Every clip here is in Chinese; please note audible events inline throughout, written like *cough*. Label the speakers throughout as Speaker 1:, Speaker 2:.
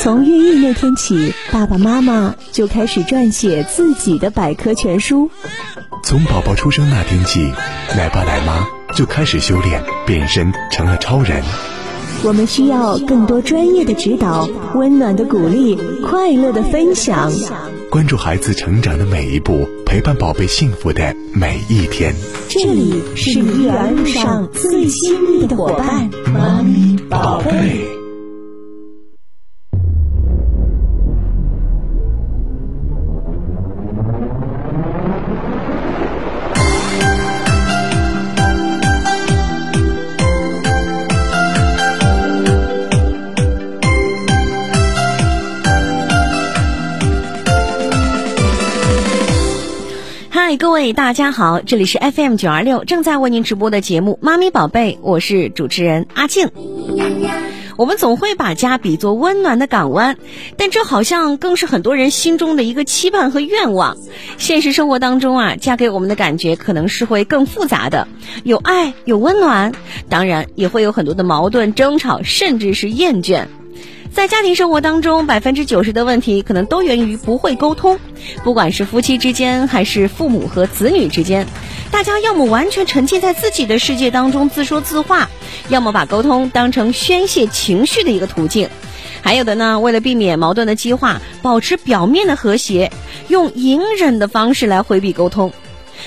Speaker 1: 从孕育那天起，爸爸妈妈就开始撰写自己的百科全书。
Speaker 2: 从宝宝出生那天起，奶爸奶妈就开始修炼，变身成了超人。
Speaker 1: 我们需要更多专业的指导、温暖的鼓励、快乐的分享。
Speaker 2: 关注孩子成长的每一步，陪伴宝贝幸福的每一天。
Speaker 1: 这里是你育儿路上最亲密的伙伴，
Speaker 2: 妈咪宝贝。
Speaker 3: 嗨，各位大家好，这里是 FM 九二六正在为您直播的节目《妈咪宝贝》，我是主持人阿静。我们总会把家比作温暖的港湾，但这好像更是很多人心中的一个期盼和愿望。现实生活当中啊，嫁给我们的感觉可能是会更复杂的，有爱，有温暖，当然也会有很多的矛盾、争吵，甚至是厌倦。在家庭生活当中，百分之九十的问题可能都源于不会沟通，不管是夫妻之间，还是父母和子女之间，大家要么完全沉浸在自己的世界当中自说自话，要么把沟通当成宣泄情绪的一个途径，还有的呢，为了避免矛盾的激化，保持表面的和谐，用隐忍的方式来回避沟通。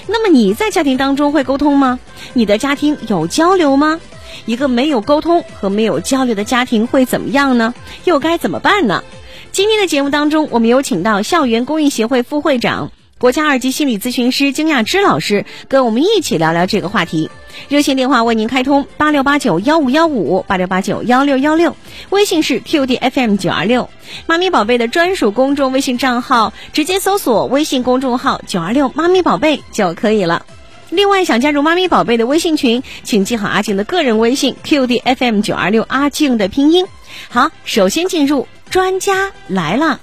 Speaker 3: 那么你在家庭当中会沟通吗？你的家庭有交流吗？一个没有沟通和没有交流的家庭会怎么样呢？又该怎么办呢？今天的节目当中，我们有请到校园公益协会副会长、国家二级心理咨询师金亚芝老师，跟我们一起聊聊这个话题。热线电话为您开通八六八九幺五幺五八六八九幺六幺六，微信是 QDFM 九二六，妈咪宝贝的专属公众微信账号，直接搜索微信公众号九二六妈咪宝贝就可以了。另外，想加入妈咪宝贝的微信群，请记好阿静的个人微信 QDFM 九二六，阿静的拼音。好，首先进入专家来了。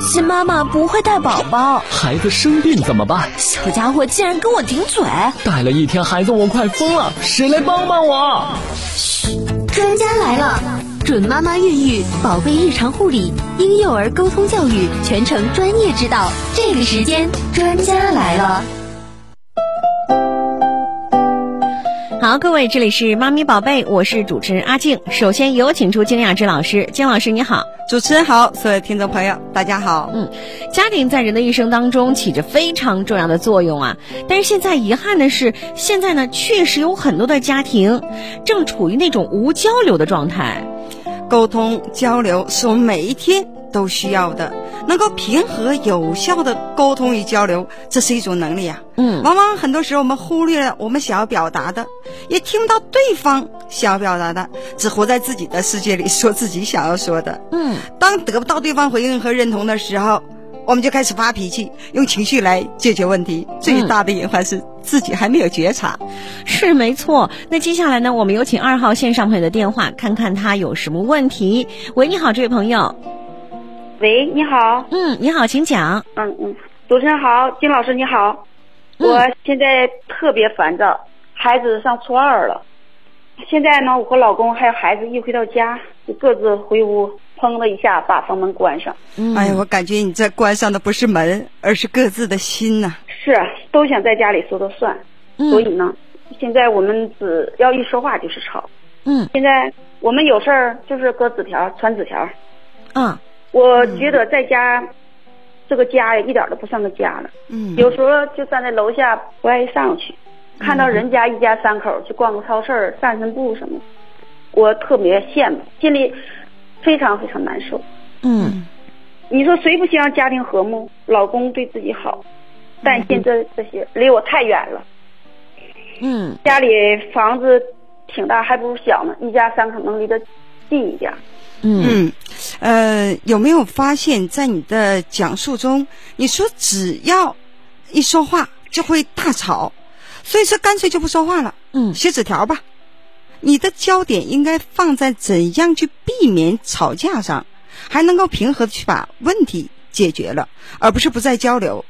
Speaker 4: 新妈妈不会带宝宝，
Speaker 5: 孩子生病怎么办？
Speaker 4: 小家伙竟然跟我顶嘴！
Speaker 5: 带了一天孩子，我快疯了，谁来帮帮我？
Speaker 6: 嘘，专家来了，准妈妈孕育、宝贝日常护理、婴幼儿沟通教育全程专业指导。这个时间，专家来了。
Speaker 3: 好，各位，这里是妈咪宝贝，我是主持人阿静。首先有请出金雅芝老师，金老师你好，
Speaker 7: 主持人好，所有听众朋友大家好。
Speaker 3: 嗯，家庭在人的一生当中起着非常重要的作用啊，但是现在遗憾的是，现在呢确实有很多的家庭正处于那种无交流的状态。
Speaker 7: 沟通交流是我们每一天都需要的，能够平和有效的沟通与交流，这是一种能力啊。
Speaker 3: 嗯，
Speaker 7: 往往很多时候我们忽略了我们想要表达的，也听不到对方想要表达的，只活在自己的世界里说自己想要说的。
Speaker 3: 嗯，
Speaker 7: 当得不到对方回应和认同的时候，我们就开始发脾气，用情绪来解决问题。最大的隐患是自己还没有觉察。
Speaker 3: *laughs* 是没错。那接下来呢，我们有请二号线上朋友的电话，看看他有什么问题。喂，你好，这位朋友。
Speaker 8: 喂，你好。
Speaker 3: 嗯，你好，请讲。
Speaker 8: 嗯嗯，主持人好，金老师你
Speaker 3: 嗯
Speaker 8: 好。我现在特别烦躁，孩子上初二了。现在呢，我和老公还有孩子一回到家，就各自回屋，砰的一下把房门关上。
Speaker 3: 嗯，
Speaker 7: 哎呀，我感觉你这关上的不是门，而是各自的心呐、
Speaker 8: 是，啊都想在家里说说算，
Speaker 3: 嗯
Speaker 8: 所以呢，现在我们只要一说话就是吵。
Speaker 3: 嗯
Speaker 8: 现在我们有事儿就是搁纸条、传纸条。
Speaker 3: 啊
Speaker 8: 我觉得在家，这个家呀一点儿都不像个家了。
Speaker 7: 嗯，
Speaker 8: 有时候就站在楼下不爱上去，看到人家一家三口去逛个超市儿、散散步什么的，我特别羡慕，心里非常非常难受。
Speaker 3: 嗯
Speaker 8: 你说谁不希望家庭和睦，老公对自己好？但现在这些离我太远了，
Speaker 3: 嗯
Speaker 8: 家里房子挺大，还不如小呢，一家三口能离得近一点儿。
Speaker 3: 嗯
Speaker 7: 嗯，呃，有没有发现，在你的讲述中，你说只要一说话就会大吵，所以说干脆就不说话了，
Speaker 3: 嗯
Speaker 7: 写纸条吧。你的焦点应该放在怎样去避免吵架上，还能够平和的去把问题解决了，而不是不再交流。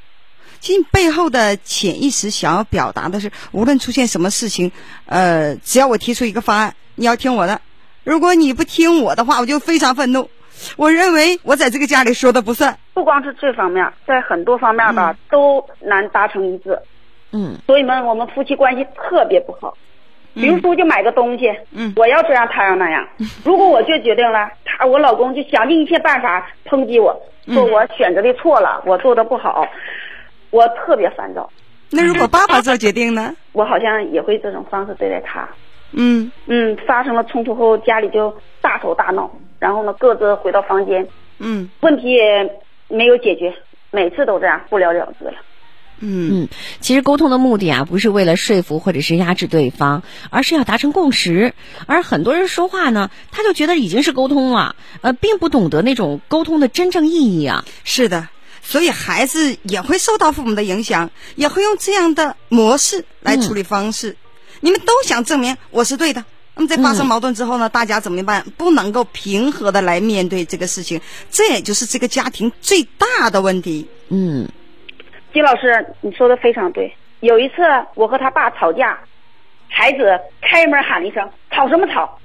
Speaker 7: 其实你背后的潜意识想要表达的是，无论出现什么事情，呃，只要我提出一个方案，你要听我的，如果你不听我的话，我就非常愤怒。我认为我在这个家里说的不算。
Speaker 8: 不光是这方面，在很多方面吧、都难达成一致，
Speaker 3: 嗯
Speaker 8: 所以嘛，我们夫妻关系特别不好。比如说，就买个东西，
Speaker 7: 嗯
Speaker 8: 我要这样，他要那样。如果我这决定了，他我老公就想尽一切办法抨击我，说我选择的错了，我做的不好，我特别烦躁。
Speaker 7: 那如果爸爸做决定呢？
Speaker 8: 我好像也会这种方式对待他。
Speaker 7: 嗯，
Speaker 8: 嗯，发生了冲突后，家里就大吵大闹，然后呢，各自回到房间，
Speaker 7: 嗯
Speaker 8: 问题也没有解决，每次都这样，不了了之了。
Speaker 7: 嗯，
Speaker 3: 嗯，其实沟通的目的啊，不是为了说服或者是压制对方，而是要达成共识。而很多人说话呢，他就觉得已经是沟通了，呃，并不懂得那种沟通的真正意义啊。
Speaker 7: 是的。所以孩子也会受到父母的影响，也会用这样的模式来处理方式。你们都想证明我是对的。那么在发生矛盾之后呢，大家怎么办？不能够平和的来面对这个事情，这也就是这个家庭最大的问题。
Speaker 3: 嗯
Speaker 8: 金老师，你说的非常对。有一次我和他爸吵架，孩子开门喊了一声“吵什么吵”，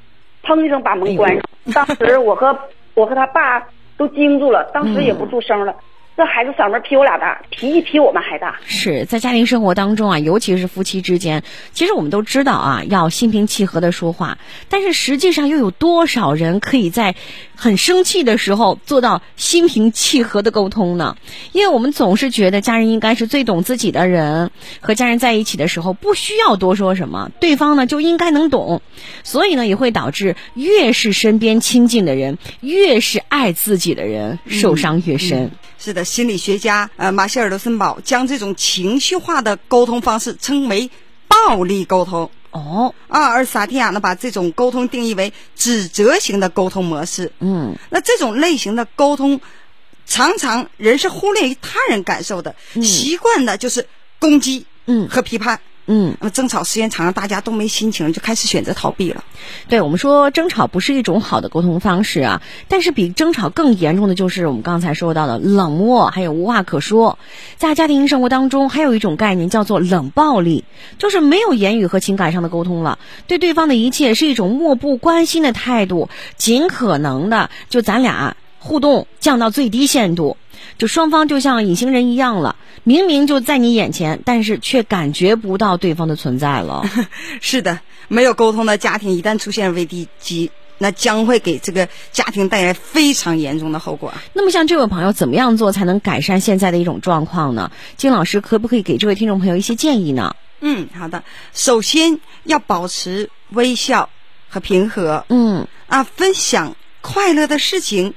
Speaker 8: 砰一声把门关上。当时我和我和他爸都惊住了，当时也不出声了。这孩子嗓门比我俩大，脾气比我们还大。
Speaker 3: 是在家庭生活当中啊，尤其是夫妻之间，其实我们都知道啊，要心平气和的说话，但是实际上又有多少人可以在很生气的时候做到心平气和的沟通呢？因为我们总是觉得家人应该是最懂自己的人，和家人在一起的时候不需要多说什么，对方呢就应该能懂，所以呢也会导致越是身边亲近的人，越是爱自己的人受伤越深。
Speaker 7: 是的，心理学家呃马歇尔·罗森堡将这种情绪化的沟通方式称为暴力沟通
Speaker 3: 哦，
Speaker 7: 啊，而萨提亚呢把这种沟通定义为指责型的沟通模式。
Speaker 3: 嗯。
Speaker 7: 那这种类型的沟通，常常人是忽略于他人感受的，习惯的就是攻击
Speaker 3: 嗯
Speaker 7: 和批判。
Speaker 3: 嗯，
Speaker 7: 那么争吵时间长了，大家都没心情，就开始选择逃避了。
Speaker 3: 对，我们说争吵不是一种好的沟通方式啊，但是比争吵更严重的就是我们刚才说到的冷漠，还有无话可说。在家庭生活当中，还有一种概念叫做冷暴力，就是没有言语和情感上的沟通了，对对方的一切是一种漠不关心的态度，尽可能的就咱俩互动降到最低限度。就双方就像隐形人一样了，明明就在你眼前，但是却感觉不到对方的存在了。
Speaker 7: 是的，没有沟通的家庭一旦出现危机，那将会给这个家庭带来非常严重的后果啊。
Speaker 3: 那么，像这位朋友怎么样做才能改善现在的一种状况呢？金老师可不可以给这位听众朋友一些建议呢？
Speaker 7: 嗯，好的。首先要保持微笑和平和
Speaker 3: 嗯
Speaker 7: 啊，分享快乐的事情，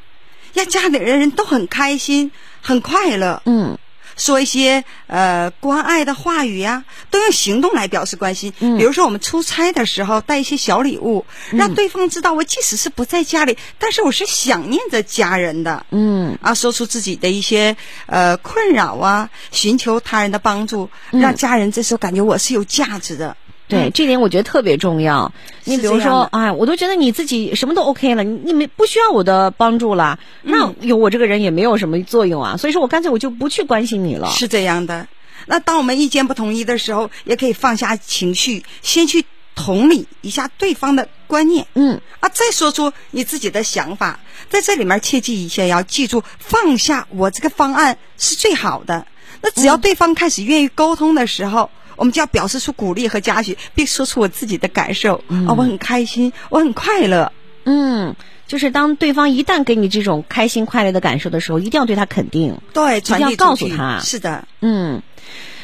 Speaker 7: 让家里的人都很开心、很快乐。
Speaker 3: 嗯
Speaker 7: 说一些呃关爱的话语呀、都用行动来表示关心。
Speaker 3: 嗯
Speaker 7: 比如说我们出差的时候带一些小礼物，让对方知道我即使是不在家里，但是我是想念着家人的。
Speaker 3: 嗯
Speaker 7: 啊，说出自己的一些呃困扰啊，寻求他人的帮助，
Speaker 3: 嗯
Speaker 7: 让家人这时候感觉我是有价值的。
Speaker 3: 对，这点我觉得特别重要。你
Speaker 7: 嗯是
Speaker 3: 比如
Speaker 7: 这样
Speaker 3: 说，
Speaker 7: 的
Speaker 3: 哎，我都觉得你自己什么都 OK 了，你你没不需要我的帮助了，
Speaker 7: 嗯
Speaker 3: 那有我这个人也没有什么作用啊。所以说我干脆我就不去关心你了。
Speaker 7: 是这样的。那当我们意见不统一的时候，也可以放下情绪，先去同理一下对方的观念
Speaker 3: 嗯
Speaker 7: 啊，再说出你自己的想法。在这里面切记一下，要记住放下，我这个方案是最好的。那只
Speaker 3: 嗯
Speaker 7: 要对方开始愿意沟通的时候。我们就要表示出鼓励和嘉许，并说出我自己的感受、啊，我很开心，我很快乐。
Speaker 3: 嗯，就是当对方一旦给你这种开心快乐的感受的时候，一定要对他肯定。
Speaker 7: 对，
Speaker 3: 定
Speaker 7: 传
Speaker 3: 要
Speaker 7: 递
Speaker 3: 告
Speaker 7: 出
Speaker 3: 诉
Speaker 7: 去。
Speaker 3: 他
Speaker 7: 是的，
Speaker 3: 嗯，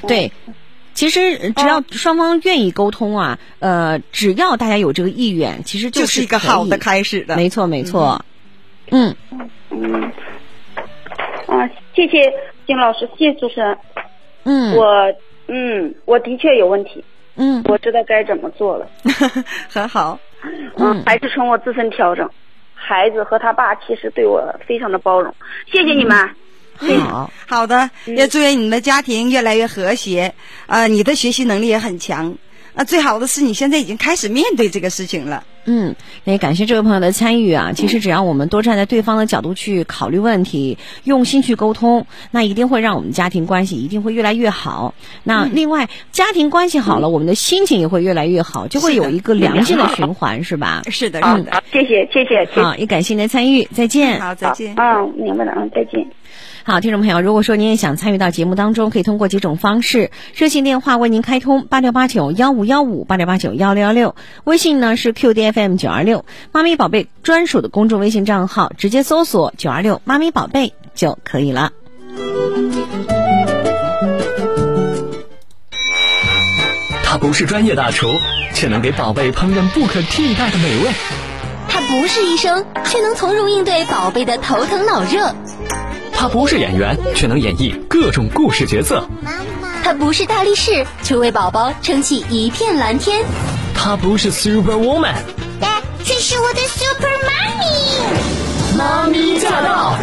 Speaker 3: 对。其实呃只
Speaker 7: 哦
Speaker 3: 要双方愿意沟通啊，呃，只要大家有这个意愿，其实
Speaker 7: 就是是一个
Speaker 3: 可
Speaker 7: 好的
Speaker 3: 以
Speaker 7: 开始的。
Speaker 3: 没错，没错。嗯
Speaker 8: 啊，谢谢金老师，谢谢主持人。
Speaker 3: 嗯，
Speaker 8: 我嗯，我的确有问题，
Speaker 3: 嗯
Speaker 8: 我知道该怎么做了。啊
Speaker 7: 很好。
Speaker 8: 嗯，还是从我自身调整。孩子和他爸其实对我非常的包容，谢谢你们。啊
Speaker 3: 嗯好，
Speaker 7: 好的，
Speaker 3: 嗯
Speaker 7: 也祝愿你们的家庭越来越和谐，呃，你的学习能力也很强。那最好的是你现在已经开始面对这个事情了，
Speaker 3: 嗯，那也感谢这位朋友的参与啊。其实只要我们多站在对方的角度去考虑问题，用心去沟通，那一定会让我们家庭关系一定会越来越好。那
Speaker 7: 嗯
Speaker 3: 另外，家庭关系好了，我们的心情也会越来越好，就会有一个良性的循环，是吧？
Speaker 7: 是的，
Speaker 8: 好
Speaker 7: 是的。，
Speaker 8: 谢谢谢谢谢谢，
Speaker 3: 好，也感谢您的参与，再见。
Speaker 7: 好，再见。
Speaker 8: 嗯，明白了，嗯，再见。
Speaker 3: 好，听众朋友，如果说您也想参与到节目当中，可以通过几种方式：热线电话为您开通八六八九幺五幺五八六八九幺六幺六，微信呢是 QDFM 九二六，妈咪宝贝专属的公众微信账号，直接搜索九二六妈咪宝贝就可以了。
Speaker 5: 他不是专业大厨，却能给宝贝烹饪不可替代的美味。
Speaker 6: 他不是医生，却能从容应对宝贝的头疼脑热。
Speaker 5: 他不是演员，却能演绎各种故事角色。
Speaker 6: 他不是大力士，却为宝宝撑起一片蓝天。哎
Speaker 5: 他不是 Super Woman，
Speaker 6: 这是我的 Super Mommy。
Speaker 5: 妈咪驾到！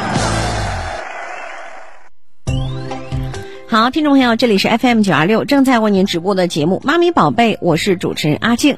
Speaker 3: 好，听众朋友，这里是 FM 九二六正在为您直播的节目《妈咪宝贝》，我是主持人阿静。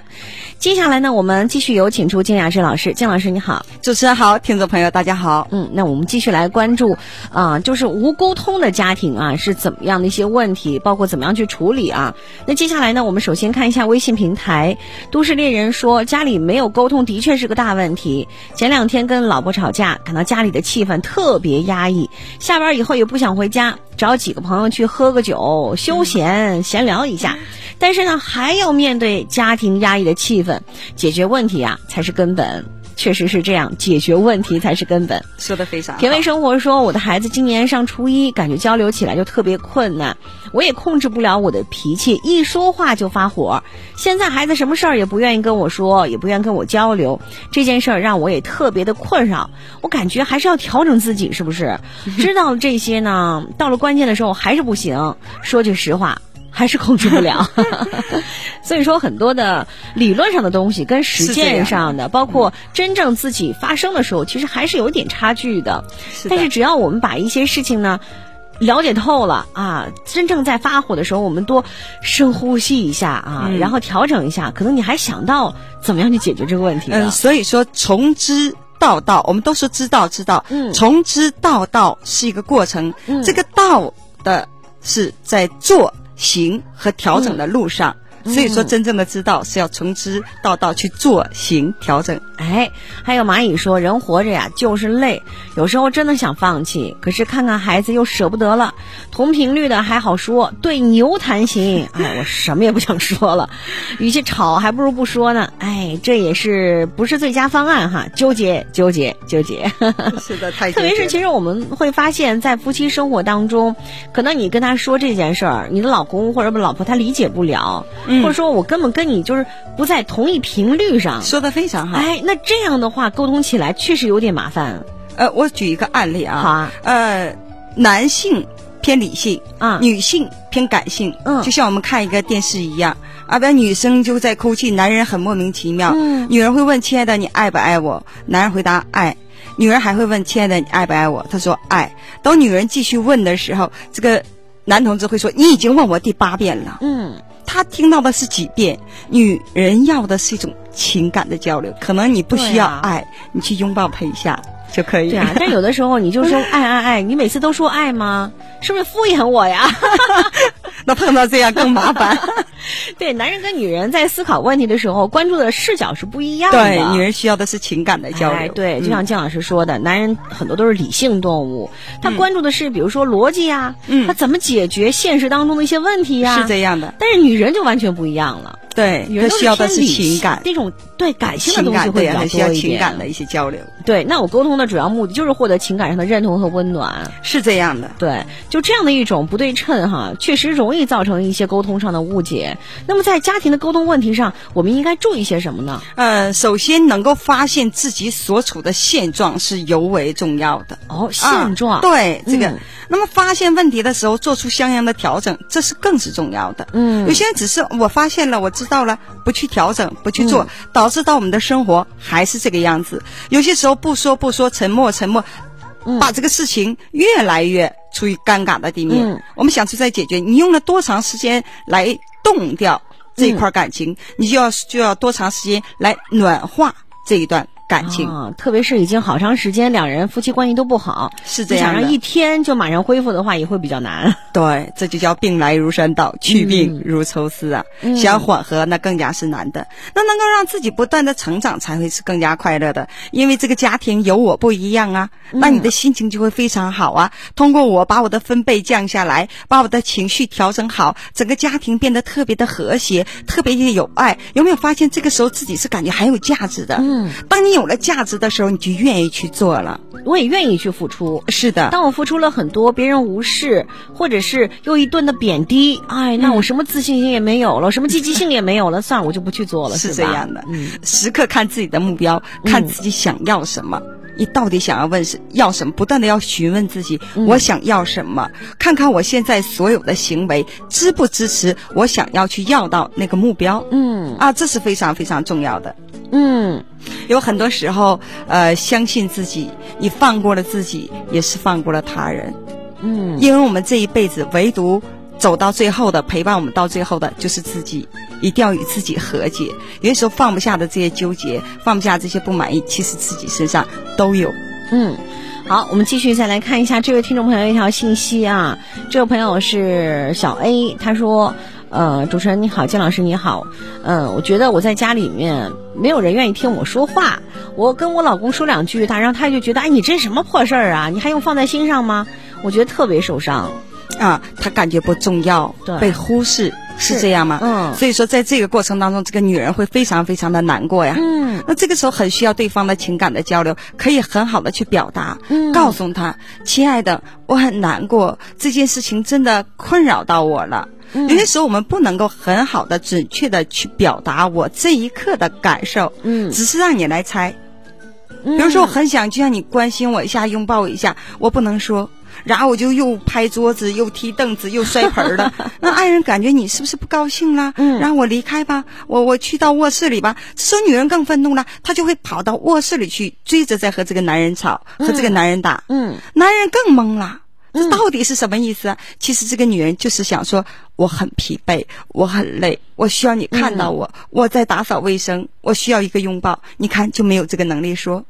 Speaker 3: 接下来呢，我们继续有请出金雅芝老师，金老师你好。
Speaker 7: 主持人好，听众朋友大家好。
Speaker 3: 嗯，那我们继续来关注，啊、就是无沟通的家庭啊是怎么样的一些问题，包括怎么样去处理啊。那接下来呢，我们首先看一下微信平台，都市猎人说家里没有沟通的确是个大问题。前两天跟老婆吵架，感到家里的气氛特别压抑，下班以后也不想回家，找几个朋友去喝个酒，休闲闲聊一下。但是呢，还要面对家庭压抑的气氛，解决问题啊才是根本。确实是这样，解决问题才是根本。
Speaker 7: 说的非常好
Speaker 3: 甜味生活说，我的孩子今年上初一，感觉交流起来就特别困难，我也控制不了我的脾气，一说话就发火。现在孩子什么事儿也不愿意跟我说，也不愿意跟我交流，这件事儿让我也特别的困扰。我感觉还是要调整自己，是不是？知道了这些呢，到了关键的时候还是不行。说句实话。还是控制不了， *laughs* 所以说很多的理论上的东西跟实
Speaker 7: 是这样
Speaker 3: 践上的，包括真正自己发生的时候，其实还是有一点差距的。
Speaker 7: 是的
Speaker 3: 但是只要我们把一些事情呢了解透了啊，真正在发火的时候，我们多深呼吸一下啊，
Speaker 7: 嗯
Speaker 3: 然后调整一下，可能你还想到怎么样去解决这个问题
Speaker 7: 嗯，
Speaker 3: 了。
Speaker 7: 所以说从知道道，我们都说知道知道，
Speaker 3: 嗯
Speaker 7: 从知道道是一个过程，
Speaker 3: 嗯
Speaker 7: 这个道的是在做行和调
Speaker 3: 嗯
Speaker 7: 整的路上。所以说，真正的知道是要从知道道去做行调整。
Speaker 3: 哎，还有蚂蚁说，人活着呀就是累，有时候真的想放弃，可是看看孩子又舍不得了。同频率的还好说，对牛弹琴， *laughs* 哎，我什么也不想说了，与其吵，还不如不说呢。哎，这也是不是最佳方案哈？纠结，纠结，纠结。
Speaker 7: 是的，太
Speaker 3: 特别是，其实我们会发现，在夫妻生活当中，可能你跟他说这件事儿，你的老公或者老婆他理解不了，
Speaker 7: 嗯
Speaker 3: 或者说我根本跟你就是不在同一频率上。
Speaker 7: 说的非常好。
Speaker 3: 哎，那这样的话沟通起来确实有点麻烦。
Speaker 7: 呃，我举一个案例
Speaker 3: 好
Speaker 7: 啊，
Speaker 3: 啊，
Speaker 7: 呃，男性偏理性，
Speaker 3: 啊
Speaker 7: 女性偏感性，
Speaker 3: 嗯
Speaker 7: 就像我们看一个电视一样，啊，不然女生就在哭泣，男人很莫名其妙，
Speaker 3: 嗯
Speaker 7: 女人会问亲爱的你爱不爱我，男人回答爱。女人还会问：“亲爱的，你爱不爱我？”他说：“爱。”等女人继续问的时候，这个男同志会说：“你已经问我第八遍了。
Speaker 3: 嗯，”
Speaker 7: 他听到的是几遍？女人要的是一种情感的交流，可能你不需要
Speaker 3: 对啊
Speaker 7: 爱，你去拥抱他一下就可以。
Speaker 3: 对啊。但有的时候你就说爱爱爱，你每次都说爱吗？是不是敷衍我呀？
Speaker 7: *laughs*
Speaker 3: *laughs*
Speaker 7: 那碰到这样更麻烦。
Speaker 3: 对，男人跟女人在思考问题的时候，关注的视角是不一样的。
Speaker 7: 对，女人需要的是情感的交流。
Speaker 3: 哎，对，就
Speaker 7: 嗯
Speaker 3: 像姜老师说的，男人很多都是理性动物，他关注的是比如说逻辑啊，
Speaker 7: 嗯
Speaker 3: 他怎么解决现实当中的一些问题呀、
Speaker 7: 是这样的，
Speaker 3: 但是女人就完全不一样了，
Speaker 7: 对，
Speaker 3: 女
Speaker 7: 她
Speaker 3: 人都
Speaker 7: 需要的
Speaker 3: 偏
Speaker 7: 是
Speaker 3: 理
Speaker 7: 情感。
Speaker 3: 那种对感性的
Speaker 7: 情
Speaker 3: 东西会
Speaker 7: 感
Speaker 3: 比
Speaker 7: 对呀，
Speaker 3: 较
Speaker 7: 还需要
Speaker 3: 多一
Speaker 7: 情
Speaker 3: 点
Speaker 7: 感。的一些交流，
Speaker 3: 对，那我沟通的主要目的就是获得情感上的认同和温暖。
Speaker 7: 是这样的。
Speaker 3: 对，就这样的一种不对称哈，确实容易造成一些沟通上的误解。那么在家庭的沟通问题上，我们应该注意些什么呢？
Speaker 7: 呃，首先能够发现自己所处的现状是尤为重要的。
Speaker 3: 哦，现状、
Speaker 7: 啊、，对这个、
Speaker 3: 嗯
Speaker 7: 那么发现问题的时候做出相应的调整，这是更是重要的。
Speaker 3: 嗯
Speaker 7: 有些人只是我发现了，我知道了，不去调整，不去
Speaker 3: 嗯
Speaker 7: 做，导致到我们的生活还是这个样子。有些时候不说不说，沉默沉默，
Speaker 3: 嗯
Speaker 7: 把这个事情越来越处于尴尬的地面。
Speaker 3: 嗯
Speaker 7: 我们想出再解决，你用了多长时间来动掉？这一块感
Speaker 3: 嗯
Speaker 7: 情，你就要就要多长时间来暖化这一段感情，
Speaker 3: 啊，特别是已经好长时间两人夫妻关系都不好，
Speaker 7: 是这
Speaker 3: 你
Speaker 7: 样
Speaker 3: 想
Speaker 7: 的。
Speaker 3: 让一天就马上恢复的话，也会比较难。
Speaker 7: 对，这就叫病来如山倒，去病如抽丝啊！想缓和那更加是难的，那能够让自己不断的成长，才会是更加快乐的。因为这个家庭有我不一样啊，那你的心情就会非常好啊。通过我把我的分贝降下来，把我的情绪调整好，整个家庭变得特别的和谐，特别的有爱。有没有发现这个时候自己是感觉很有价值的？
Speaker 3: 嗯，
Speaker 7: 当你有了价值的时候，你就愿意去做了。
Speaker 3: 我也愿意去付出。
Speaker 7: 是的，
Speaker 3: 当我付出了很多，别人无视，或者是又一顿的贬低，哎，那
Speaker 7: 嗯
Speaker 3: 我什么自信心也没有了，什么积极性也没有了，算了，我就不去做了，
Speaker 7: 是
Speaker 3: 是
Speaker 7: 这
Speaker 3: 吧
Speaker 7: 样的，
Speaker 3: 嗯，
Speaker 7: 时刻看自己的目标，看自己想要什么。你到底想要问是要什么？不断的要询问自己，我想要什么？看看我现在所有的行为支不支持我想要去要到那个目标？
Speaker 3: 嗯
Speaker 7: 啊，这是非常非常重要的。
Speaker 3: 嗯，
Speaker 7: 有很多时候，呃，相信自己，你放过了自己，也是放过了他人。
Speaker 3: 嗯，
Speaker 7: 因为我们这一辈子，唯独走到最后的，陪伴我们到最后的就是自己，一定要与自己和解。有些时候放不下的这些纠结，放不下这些不满意，其实自己身上都有。
Speaker 3: 嗯，好，我们继续再来看一下这位听众朋友一条信息啊。这位朋友是小 A，他说：“呃，主持人你好，姜老师你好，嗯、我觉得我在家里面没有人愿意听我说话，我跟我老公说两句，他然后他就觉得，哎，你这什么破事儿啊？你还用放在心上吗？我觉得特别受伤。
Speaker 7: 啊，他感觉不重要
Speaker 3: 对，
Speaker 7: 被忽视，是
Speaker 3: 是
Speaker 7: 这样吗？
Speaker 3: 嗯
Speaker 7: 所以说，在这个过程当中，这个女人会非常非常的难过呀。
Speaker 3: 嗯，
Speaker 7: 那这个时候很需要对方的情感的交流，可以很好的去表达，
Speaker 3: 嗯
Speaker 7: 告诉他，亲爱的，我很难过，这件事情真的困扰到我了。
Speaker 3: 嗯
Speaker 7: 有些时候我们不能够很好的、准确的去表达我这一刻的感受，
Speaker 3: 嗯
Speaker 7: 只是让你来猜。
Speaker 3: 比
Speaker 7: 比如说，我很想就让你关心我一下，拥抱我一下，我不能说，然后我就又拍桌子，又踢凳子，又摔盆
Speaker 3: *laughs*
Speaker 7: 儿的。那爱人感觉你是不是不高兴了？
Speaker 3: 嗯
Speaker 7: 让我离开吧，我我去到卧室里吧。这时候女人更愤怒了，她就会跑到卧室里去追着再和这个男人吵，和这个男人打。
Speaker 3: 嗯
Speaker 7: 男人更懵了。这到底是什么意思啊？其实这个女人就是想说，我很疲惫，我很累，我需要你看到我，我在打扫卫生，我需要一个拥抱。你看就没有这个能力说，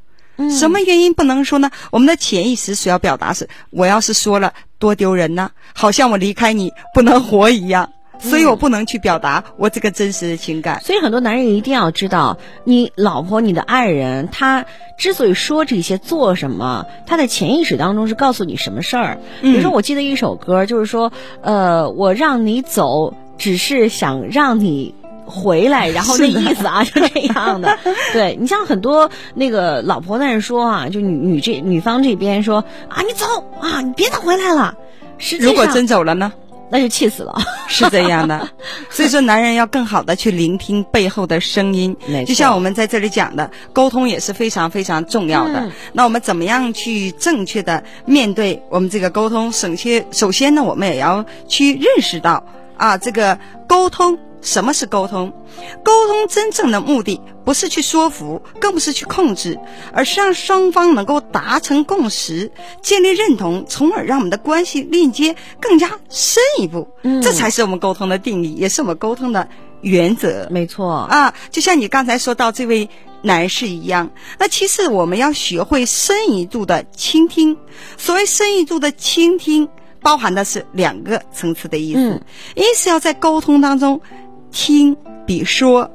Speaker 7: 什么原因不能说呢？我们的潜意识所要表达是，我要是说了多丢人呐，好像我离开你不能活一样，所以我不能去表达我这个真实的情感。
Speaker 3: 所以很多男人一定要知道，你老婆、你的爱人，他之所以说这些、做什么，他的潜意识当中是告诉你什么事儿。
Speaker 7: 嗯
Speaker 3: 比如说，我记得一首歌，就是说，呃，我让你走，只是想让你。回来，然后那意思
Speaker 7: *laughs*
Speaker 3: 啊，就这样的。对你像很多那个老婆在那说啊，就女女这女方这边说啊，你走啊，你别再回来了。实际上，
Speaker 7: 如果真走了呢？
Speaker 3: 那就气死了。
Speaker 7: 是这样
Speaker 3: *laughs*
Speaker 7: 的，所以说男人要更好的去聆听背后的声音
Speaker 3: 没，错
Speaker 7: 就像我们在这里讲的，沟通也是非常非常重要的。
Speaker 3: 嗯
Speaker 7: 那我们怎么样去正确的面对我们这个沟通？省切，首先呢，我们也要去认识到啊，这个沟通什么是沟通？沟通真正的目的不是去说服，更不是去控制，而是让双方能够达成共识，建立认同，从而让我们的关系链接更加深一步。
Speaker 3: 嗯
Speaker 7: 这才是我们沟通的定义，也是我们沟通的原则。
Speaker 3: 没错，
Speaker 7: 啊，就像你刚才说到这位男士一样，那其实我们要学会深一度的倾听。所谓深一度的倾听，包含的是两个层次的意思，
Speaker 3: 嗯
Speaker 7: 一是要在沟通当中听比说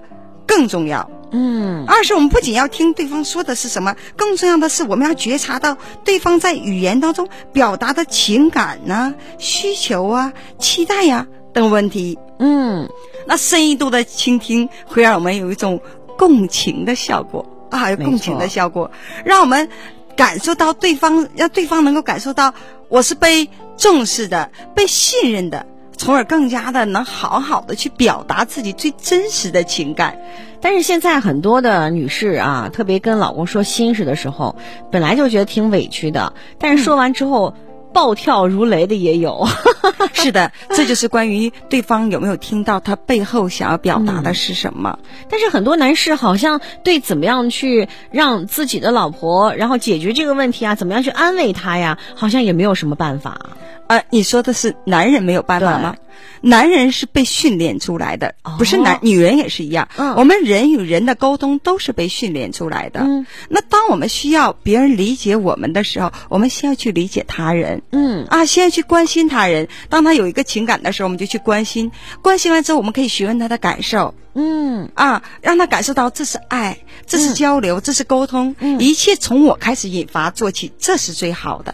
Speaker 7: 更重要。
Speaker 3: 嗯。
Speaker 7: 二是我们不仅要听对方说的是什么，更重要的是我们要觉察到对方在语言当中表达的情感呐、需求啊、期待呀、等问题。
Speaker 3: 嗯
Speaker 7: 那深一度的倾听会让我们有一种共情的效果啊，有
Speaker 3: 没
Speaker 7: 共情的
Speaker 3: 错
Speaker 7: 效果，让我们感受到对方，让对方能够感受到我是被重视的、被信任的，从而更加的能好好的去表达自己最真实的
Speaker 3: *laughs*
Speaker 7: 情感。
Speaker 3: 但是现在很多的女士啊，特别跟老公说心事的时候，本来就觉得挺委屈的，但是说完之后。暴跳如雷的也有， *laughs*
Speaker 7: 是的，这就是关于对方有没有听到他背后想要表达的是什么。
Speaker 3: 但是很多男士好像对怎么样去让自己的老婆，然后解决这个问题啊，怎么样去安慰她呀，好像也没有什么办法。啊
Speaker 7: 啊呃，你说的是男人没有办法吗？男人是被训练出来的，不是男
Speaker 3: 哦
Speaker 7: 女人也是一样。
Speaker 3: 嗯
Speaker 7: 我们人与人的沟通都是被训练出来的。
Speaker 3: 嗯
Speaker 7: 那当我们需要别人理解我们的时候，我们先要去理解他人。
Speaker 3: 嗯
Speaker 7: 啊，先要去关心他人。当他有一个情感的时候，我们就去关心。关心完之后，我们可以询问他的感受。
Speaker 3: 嗯
Speaker 7: 啊，让他感受到这是爱，这是交流，这是沟通，
Speaker 3: 嗯
Speaker 7: 一切从我开始引发做起，这是最好的。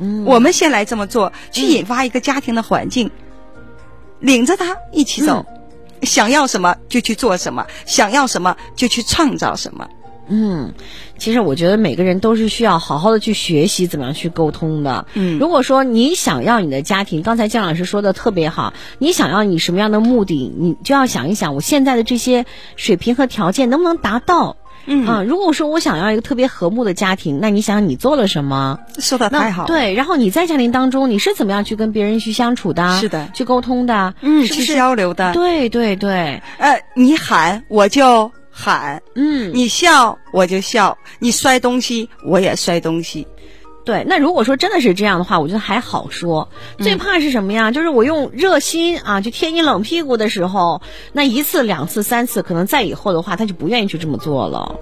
Speaker 3: 嗯，
Speaker 7: 我们先来这么做，去引发一个家庭的环境，领着他一起走，
Speaker 3: 嗯
Speaker 7: 想要什么就去做什么，想要什么就去创造什么。
Speaker 3: 嗯，其实我觉得每个人都是需要好好的去学习怎么样去沟通的。
Speaker 7: 嗯
Speaker 3: 如果说你想要你的家庭，刚才姜老师说的特别好，你想要你什么样的目的，你就要想一想我现在的这些水平和条件能不能达到。
Speaker 7: 嗯
Speaker 3: 啊，如果说我想要一个特别和睦的家庭，那你想想你做了什么？
Speaker 7: 说的
Speaker 3: 那
Speaker 7: 太好了，
Speaker 3: 对，然后你在家庭当中你是怎么样去跟别人去相处的？
Speaker 7: 是的
Speaker 3: 去沟通的。
Speaker 7: 嗯，
Speaker 3: 是不
Speaker 7: 去
Speaker 3: 是？
Speaker 7: 交流的，
Speaker 3: 对对对，
Speaker 7: 呃，你喊我就喊，
Speaker 3: 嗯，
Speaker 7: 你笑我就笑，你摔东西我也摔东西。
Speaker 3: 对，那如果说真的是这样的话，我觉得还好说。最
Speaker 7: 嗯
Speaker 3: 怕是什么呀？就是我用热心啊，就贴你冷屁股的时候，那一次、两次、三次，可能再以后的话，他就不愿意去这么做了，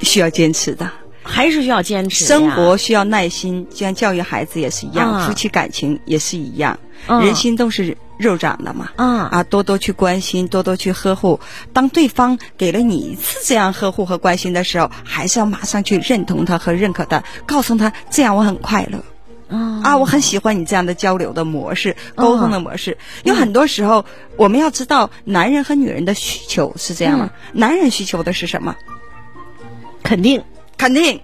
Speaker 7: 需要坚持的，
Speaker 3: 还是需要坚持呀。
Speaker 7: 生活需要耐心，就像教育孩子也是一样，
Speaker 3: 啊
Speaker 7: 夫妻感情也是一样，
Speaker 3: 嗯
Speaker 7: 人心都是肉长的嘛。
Speaker 3: 啊
Speaker 7: 啊，多多去关心，多多去呵护。当对方给了你一次这样呵护和关心的时候，还是要马上去认同他和认可他，告诉他这样我很快乐。
Speaker 3: 啊
Speaker 7: 啊，我很喜欢你这样的交流的模式、沟通的模式。有很多时候，我们要知道男人和女人的需求是这样的。男人需求的是什么？
Speaker 3: 肯定，
Speaker 7: 肯定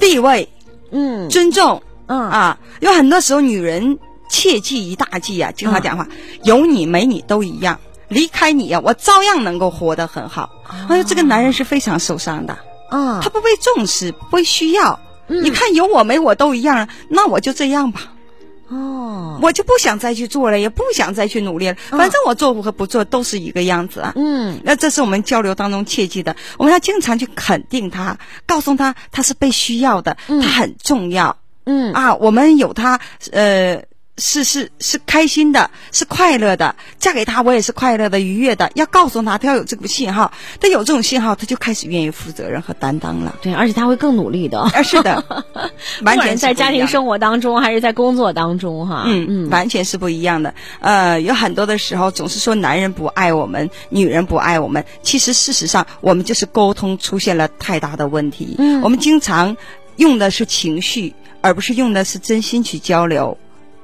Speaker 7: 地位、
Speaker 3: 嗯
Speaker 7: 尊重。
Speaker 3: 嗯
Speaker 7: 啊，有很多时候女人切记一大忌啊，经常讲话，
Speaker 3: 嗯
Speaker 7: 有你没你都一样，离开你呀、啊我照样能够活得很好。哎呦，这个男人是非常受伤的，
Speaker 3: 啊
Speaker 7: 他，不被重视，不被需要。
Speaker 3: 嗯
Speaker 7: 你看有我没我都一样，啊那我就这样吧，
Speaker 3: 哦，
Speaker 7: 我就不想再去做了，也不想再去努力了，反正我做和不做都是一个样子啊。
Speaker 3: 嗯
Speaker 7: 那这是我们交流当中切记的，我们要经常去肯定他，告诉他他是被需要的，他很重要。
Speaker 3: 嗯
Speaker 7: 啊，我们有他，呃，是是是开心的，是快乐的，嫁给他我也是快乐的、愉悦的。要告诉他，他要有这个信号，他有这种信号，他就开始愿意负责任和担当
Speaker 3: *laughs*
Speaker 7: 了。
Speaker 3: 对，而且他会更努力的，
Speaker 7: 啊，是的，完
Speaker 3: 不管
Speaker 7: 全
Speaker 3: 在家庭
Speaker 7: 活，
Speaker 3: 生活当中还是在工作当中哈。
Speaker 7: 嗯嗯，
Speaker 3: 嗯
Speaker 7: 完全是不一样的。呃，有很多的时候总是说男人不爱我们，女人不爱我们，其实事实上我们就是沟通出现了太大的问题。
Speaker 3: 嗯
Speaker 7: 我们经常用的是情绪，而不是用的是真心去交流。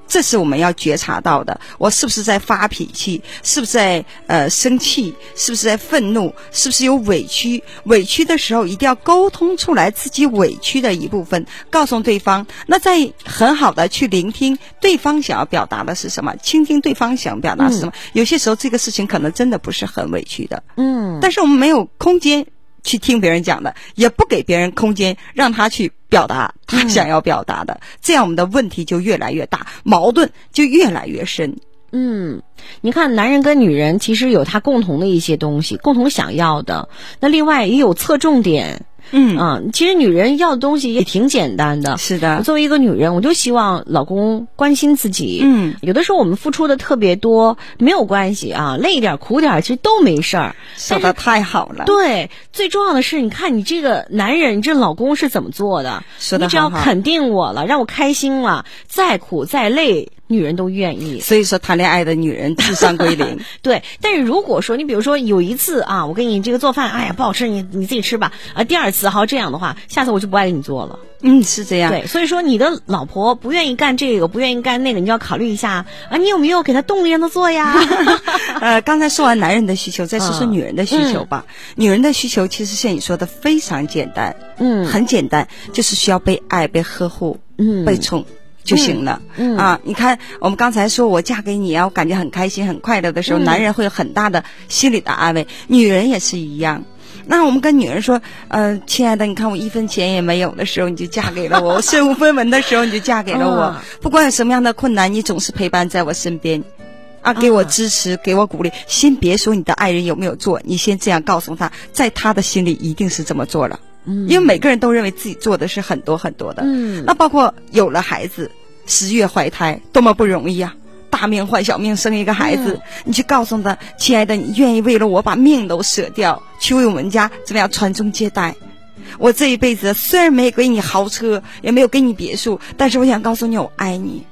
Speaker 7: 这是我们要觉察到的。我是不是在发脾气？是不是在呃生气？是不是在愤怒？是不是有委屈？委屈的时候一定要沟通出来自己委屈的一部分，告诉对方。那在很好的去聆听对方想要表达的是什么，倾听对方想表达是什么。有些时候这个事情可能真的不是很委屈的，
Speaker 3: 嗯
Speaker 7: 但是我们没有空间去听别人讲的，也不给别人空间让他去表达他想要表达的，这样我们的问题就越来越大，矛盾就越来越深。
Speaker 3: 嗯，你看，男人跟女人其实有他共同的一些东西，共同想要的。那另外也有侧重点，
Speaker 7: 嗯
Speaker 3: 啊，其实女人要的东西也挺简单的。
Speaker 7: 是
Speaker 3: 嗯
Speaker 7: 的
Speaker 3: 我，作为一个女人，我就希望老公关心自己。
Speaker 7: 嗯，
Speaker 3: 有的时候我们付出的特别多，没有关系啊，累一点、苦点儿其实都没事儿。
Speaker 7: 说的太好了，
Speaker 3: 对，最重要的是，你看你这个男人，你这老公是怎么做的？
Speaker 7: 说得
Speaker 3: 你只要
Speaker 7: 很好
Speaker 3: 肯定我了，让我开心了，再苦再累，女人都愿意。
Speaker 7: 所以说谈恋爱的女
Speaker 3: *laughs*
Speaker 7: 人智商归零。
Speaker 3: 对，但是如果说你比如说有一次啊，我给你这个做饭，哎呀不好吃，你你自己吃吧啊。第二次好这样的话，下次我就不爱给你做了。
Speaker 7: 嗯，是这样。
Speaker 3: 对，所以说你的老婆不愿意干这个，不愿意干那个，你就要考虑一下啊，你有没有给她动力让她做
Speaker 7: *laughs*
Speaker 3: 呀？
Speaker 7: 呃，刚才说完男人的需求，再说说
Speaker 3: 嗯
Speaker 7: 女人的需求吧。女人的需求其实像你说的非常简单，
Speaker 3: 嗯
Speaker 7: 很简单，就是需要被爱、被呵护、
Speaker 3: 嗯
Speaker 7: 被宠。就行了，
Speaker 3: 嗯嗯
Speaker 7: 啊，你看，我们刚才说我嫁给你啊，我感觉很开心、很快乐的时
Speaker 3: 嗯
Speaker 7: 候，男人会有很大的心理的安慰，女人也是一样。那我们跟女人说，呃，亲爱的，你看我一分钱也没有的时候，你就嫁给了我；我身无分文的时候，你就嫁给了我
Speaker 3: 啊。
Speaker 7: 不管有什么样的困难，你总是陪伴在我身边，啊，给
Speaker 3: 嗯
Speaker 7: 我支持，给我鼓励。先别说你的爱人有没有做，你先这样告诉他，在他的心里一定是这么做了。嗯，因为每个人都认为自己做的是很多很多的。
Speaker 3: 嗯
Speaker 7: 那包括有了孩子，十月怀胎多么不容易啊！大命换小命生一个孩
Speaker 3: 嗯
Speaker 7: 子，你去告诉他，亲爱的，你愿意为了我把命都舍掉，去为我们家怎么样传宗接代？我这一辈子虽然没给你豪车，也没有给你别墅，但是我想告诉你，我爱你。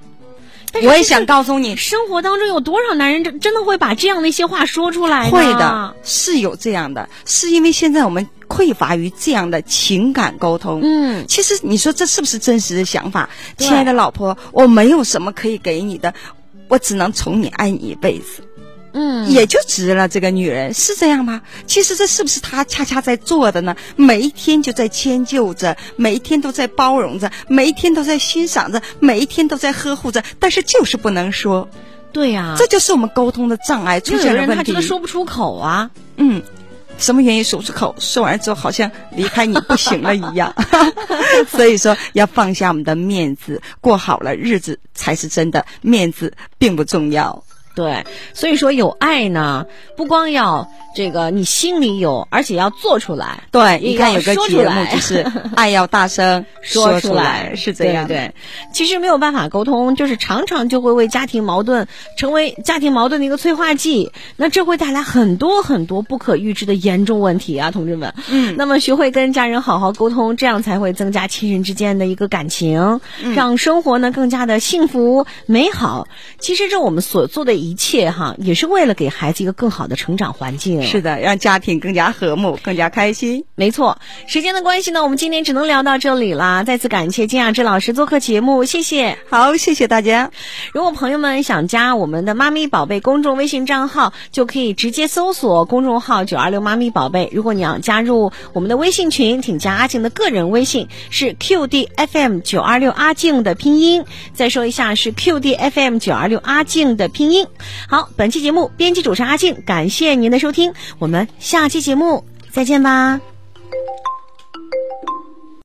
Speaker 3: 是
Speaker 7: 我也想告诉你，
Speaker 3: 生活当中有多少男人真真的会把这样的一些话说出来呢？
Speaker 7: 会的，是有这样的，是因为现在我们匮乏于这样的情感沟通。
Speaker 3: 嗯，
Speaker 7: 其实你说这是不是真实的想法？亲爱的老婆，我没有什么可以给你的，我只能宠你、爱你一辈子。
Speaker 3: 嗯，
Speaker 7: 也就值了。这个女人是这样吗？其实这是不是她恰恰在做的呢？每一天就在迁就着，每一天都在包容着，每一天都在欣赏着，每一天都在呵护着，但是就是不能说，
Speaker 3: 对呀、
Speaker 7: 这就是我们沟通的障碍
Speaker 3: 就
Speaker 7: 出
Speaker 3: 啊有
Speaker 7: 现
Speaker 3: 的
Speaker 7: 了
Speaker 3: 人
Speaker 7: 问
Speaker 3: 他
Speaker 7: 题。
Speaker 3: 真的说不出口啊。
Speaker 7: 嗯。什么原因说不出口？说完之后好像离开你不行了一
Speaker 3: *laughs*
Speaker 7: 样，所以说要放下我们的面子，过好了日子才是真的。面子并不重要。
Speaker 3: 对，所以说有爱呢，不光要这个你心里有，而且要做出来。
Speaker 7: 对，
Speaker 3: 也
Speaker 7: 你看有
Speaker 3: 要
Speaker 7: 个
Speaker 3: 说出
Speaker 7: 节目
Speaker 3: 来
Speaker 7: 就是爱要大声
Speaker 3: 说
Speaker 7: 出来，是这样的
Speaker 3: 对对。其实没有办法沟通，就是常常就会为家庭矛盾成为家庭矛盾的一个催化剂。那这会带来很多很多不可预知的严重问题啊，同志们。嗯，那么学会跟家人好好沟通，这样才会增加亲人之间的一个感情，
Speaker 7: 嗯
Speaker 3: 让生活呢更加的幸福美好。其实这我们所做的一切哈，也是为了给孩子一个更好的成长环境。
Speaker 7: 是的，让家庭更加和睦，更加开心。
Speaker 3: 没错，时间的关系呢，我们今天只能聊到这里啦。再次感谢金雅芝老师做客节目，谢谢。
Speaker 7: 好，谢谢大家。
Speaker 3: 如果朋友们想加我们的“妈咪宝贝”公众微信账号，就可以直接搜索公众号“九二六妈咪宝贝”。如果你要加入我们的微信群，请加阿静的个人微信是 QDFM 九二六阿静的拼音。再说一下是 QDFM 九二六阿静的拼音。好，本期节目编辑主持阿静，感谢您的收听，我们下期节目再见吧。